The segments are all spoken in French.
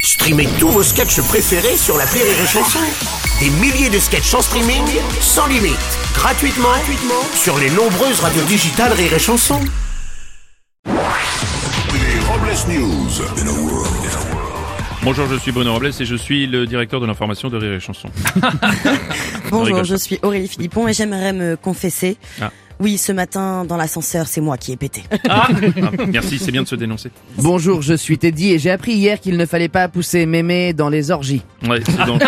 Streamez tous vos sketchs préférés sur la Rire et Chanson. Des milliers de sketchs en streaming, sans limite, gratuitement, gratuitement sur les nombreuses radios digitales Rire et Chanson. Les Robles News. In a world. Bonjour, je suis Bruno Robles et je suis le directeur de l'information de Rire et Chanson. Bonjour, rigole je suis Aurélie Philippon et j'aimerais me confesser. Ah. Oui, ce matin, dans l'ascenseur, c'est moi qui ai pété. Ah, merci, c'est bien de se dénoncer. Bonjour, je suis Teddy et j'ai appris hier qu'il ne fallait pas pousser mémé dans les orgies. Ouais, c'est dangereux.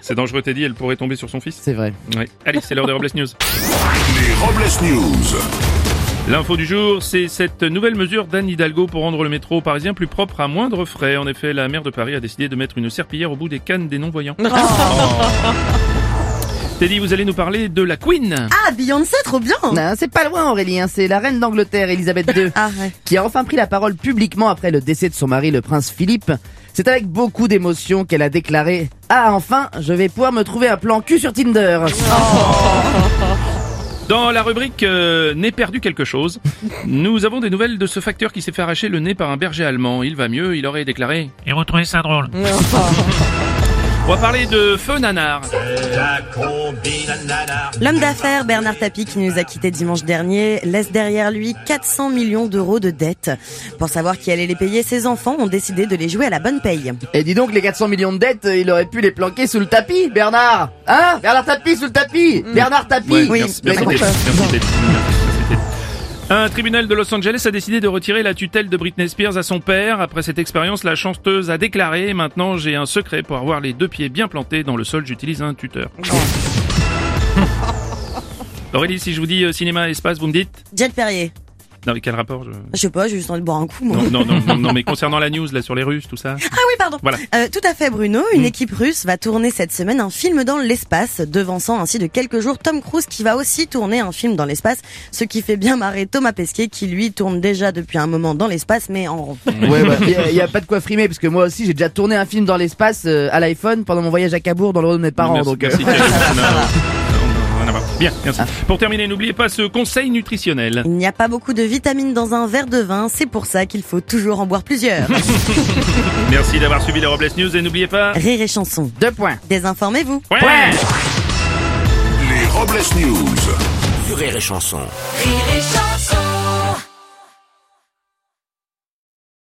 C'est dangereux, Teddy, elle pourrait tomber sur son fils. C'est vrai. Ouais. Allez, c'est l'heure des Robles News. Les Robles News. L'info du jour, c'est cette nouvelle mesure d'Anne Hidalgo pour rendre le métro parisien plus propre à moindre frais. En effet, la maire de Paris a décidé de mettre une serpillière au bout des cannes des non-voyants. Oh. Teddy, vous allez nous parler de la Queen. Ah, Beyoncé, trop bien Non, c'est pas loin Aurélie, hein, c'est la reine d'Angleterre, Elisabeth II, Ah ouais. qui a enfin pris la parole publiquement après le décès de son mari, le prince Philippe. C'est avec beaucoup d'émotion qu'elle a déclaré « Ah enfin, je vais pouvoir me trouver un plan cul sur Tinder Dans la rubrique euh, N'est perdu quelque chose, nous avons des nouvelles de ce facteur qui s'est fait arracher le nez par un berger allemand. Il va mieux, il aurait déclaré Et vous trouvez ça drôle On va parler de feu nanar. L'homme d'affaires Bernard Tapie, qui nous a quittés dimanche dernier, laisse derrière lui 400 millions d'euros de dettes. Pour savoir qui allait les payer, ses enfants ont décidé de les jouer à la bonne paye. ». Et dis donc, les 400 millions de dettes, il aurait pu les planquer sous le tapis, Bernard Hein Bernard Tapie sous le tapis Bernard Tapie Ouais, Oui. merci, Mais merci non. d'être- merci d'être- merci d'être- Un tribunal de Los Angeles a décidé de retirer la tutelle de Britney Spears à son père. Après cette expérience, la chanteuse a déclaré Maintenant, j'ai un secret pour avoir les deux pieds bien plantés dans le sol, j'utilise un tuteur. Aurélie, si je vous dis euh, cinéma, espace, vous me dites Jet Perrier. Non, mais quel rapport je- Je sais pas, j'ai juste envie de boire un coup, moi. non, non, non, non, non, mais concernant la news, là, sur les Russes, tout ça. Ah oui, pardon. Voilà. Euh, tout à fait, Bruno. Une équipe russe va tourner cette semaine un film dans l'espace, devançant ainsi de quelques jours Tom Cruise qui va aussi tourner un film dans l'espace, ce qui fait bien marrer Thomas Pesquet qui lui tourne déjà depuis un moment dans l'espace, mais en rond. Ouais, bah, y a, y a pas de quoi frimer, parce que moi aussi j'ai déjà tourné un film dans l'espace euh, à l'iPhone pendant mon voyage à Cabourg dans le rôle de mes parents. Merci, donc, euh, merci, Thierry. Non, non, non, rien à voir. Bien, merci. Ah. Pour terminer, n'oubliez pas ce conseil nutritionnel. Il n'y a pas beaucoup de vitamines dans un verre de vin, c'est pour ça qu'il faut toujours en boire plusieurs. Merci d'avoir suivi les Robles News et n'oubliez pas. Rire et chanson. deux points. Désinformez-vous. Ouais. Les Robles News. Sur Rire et Chanson. Rire et chanson.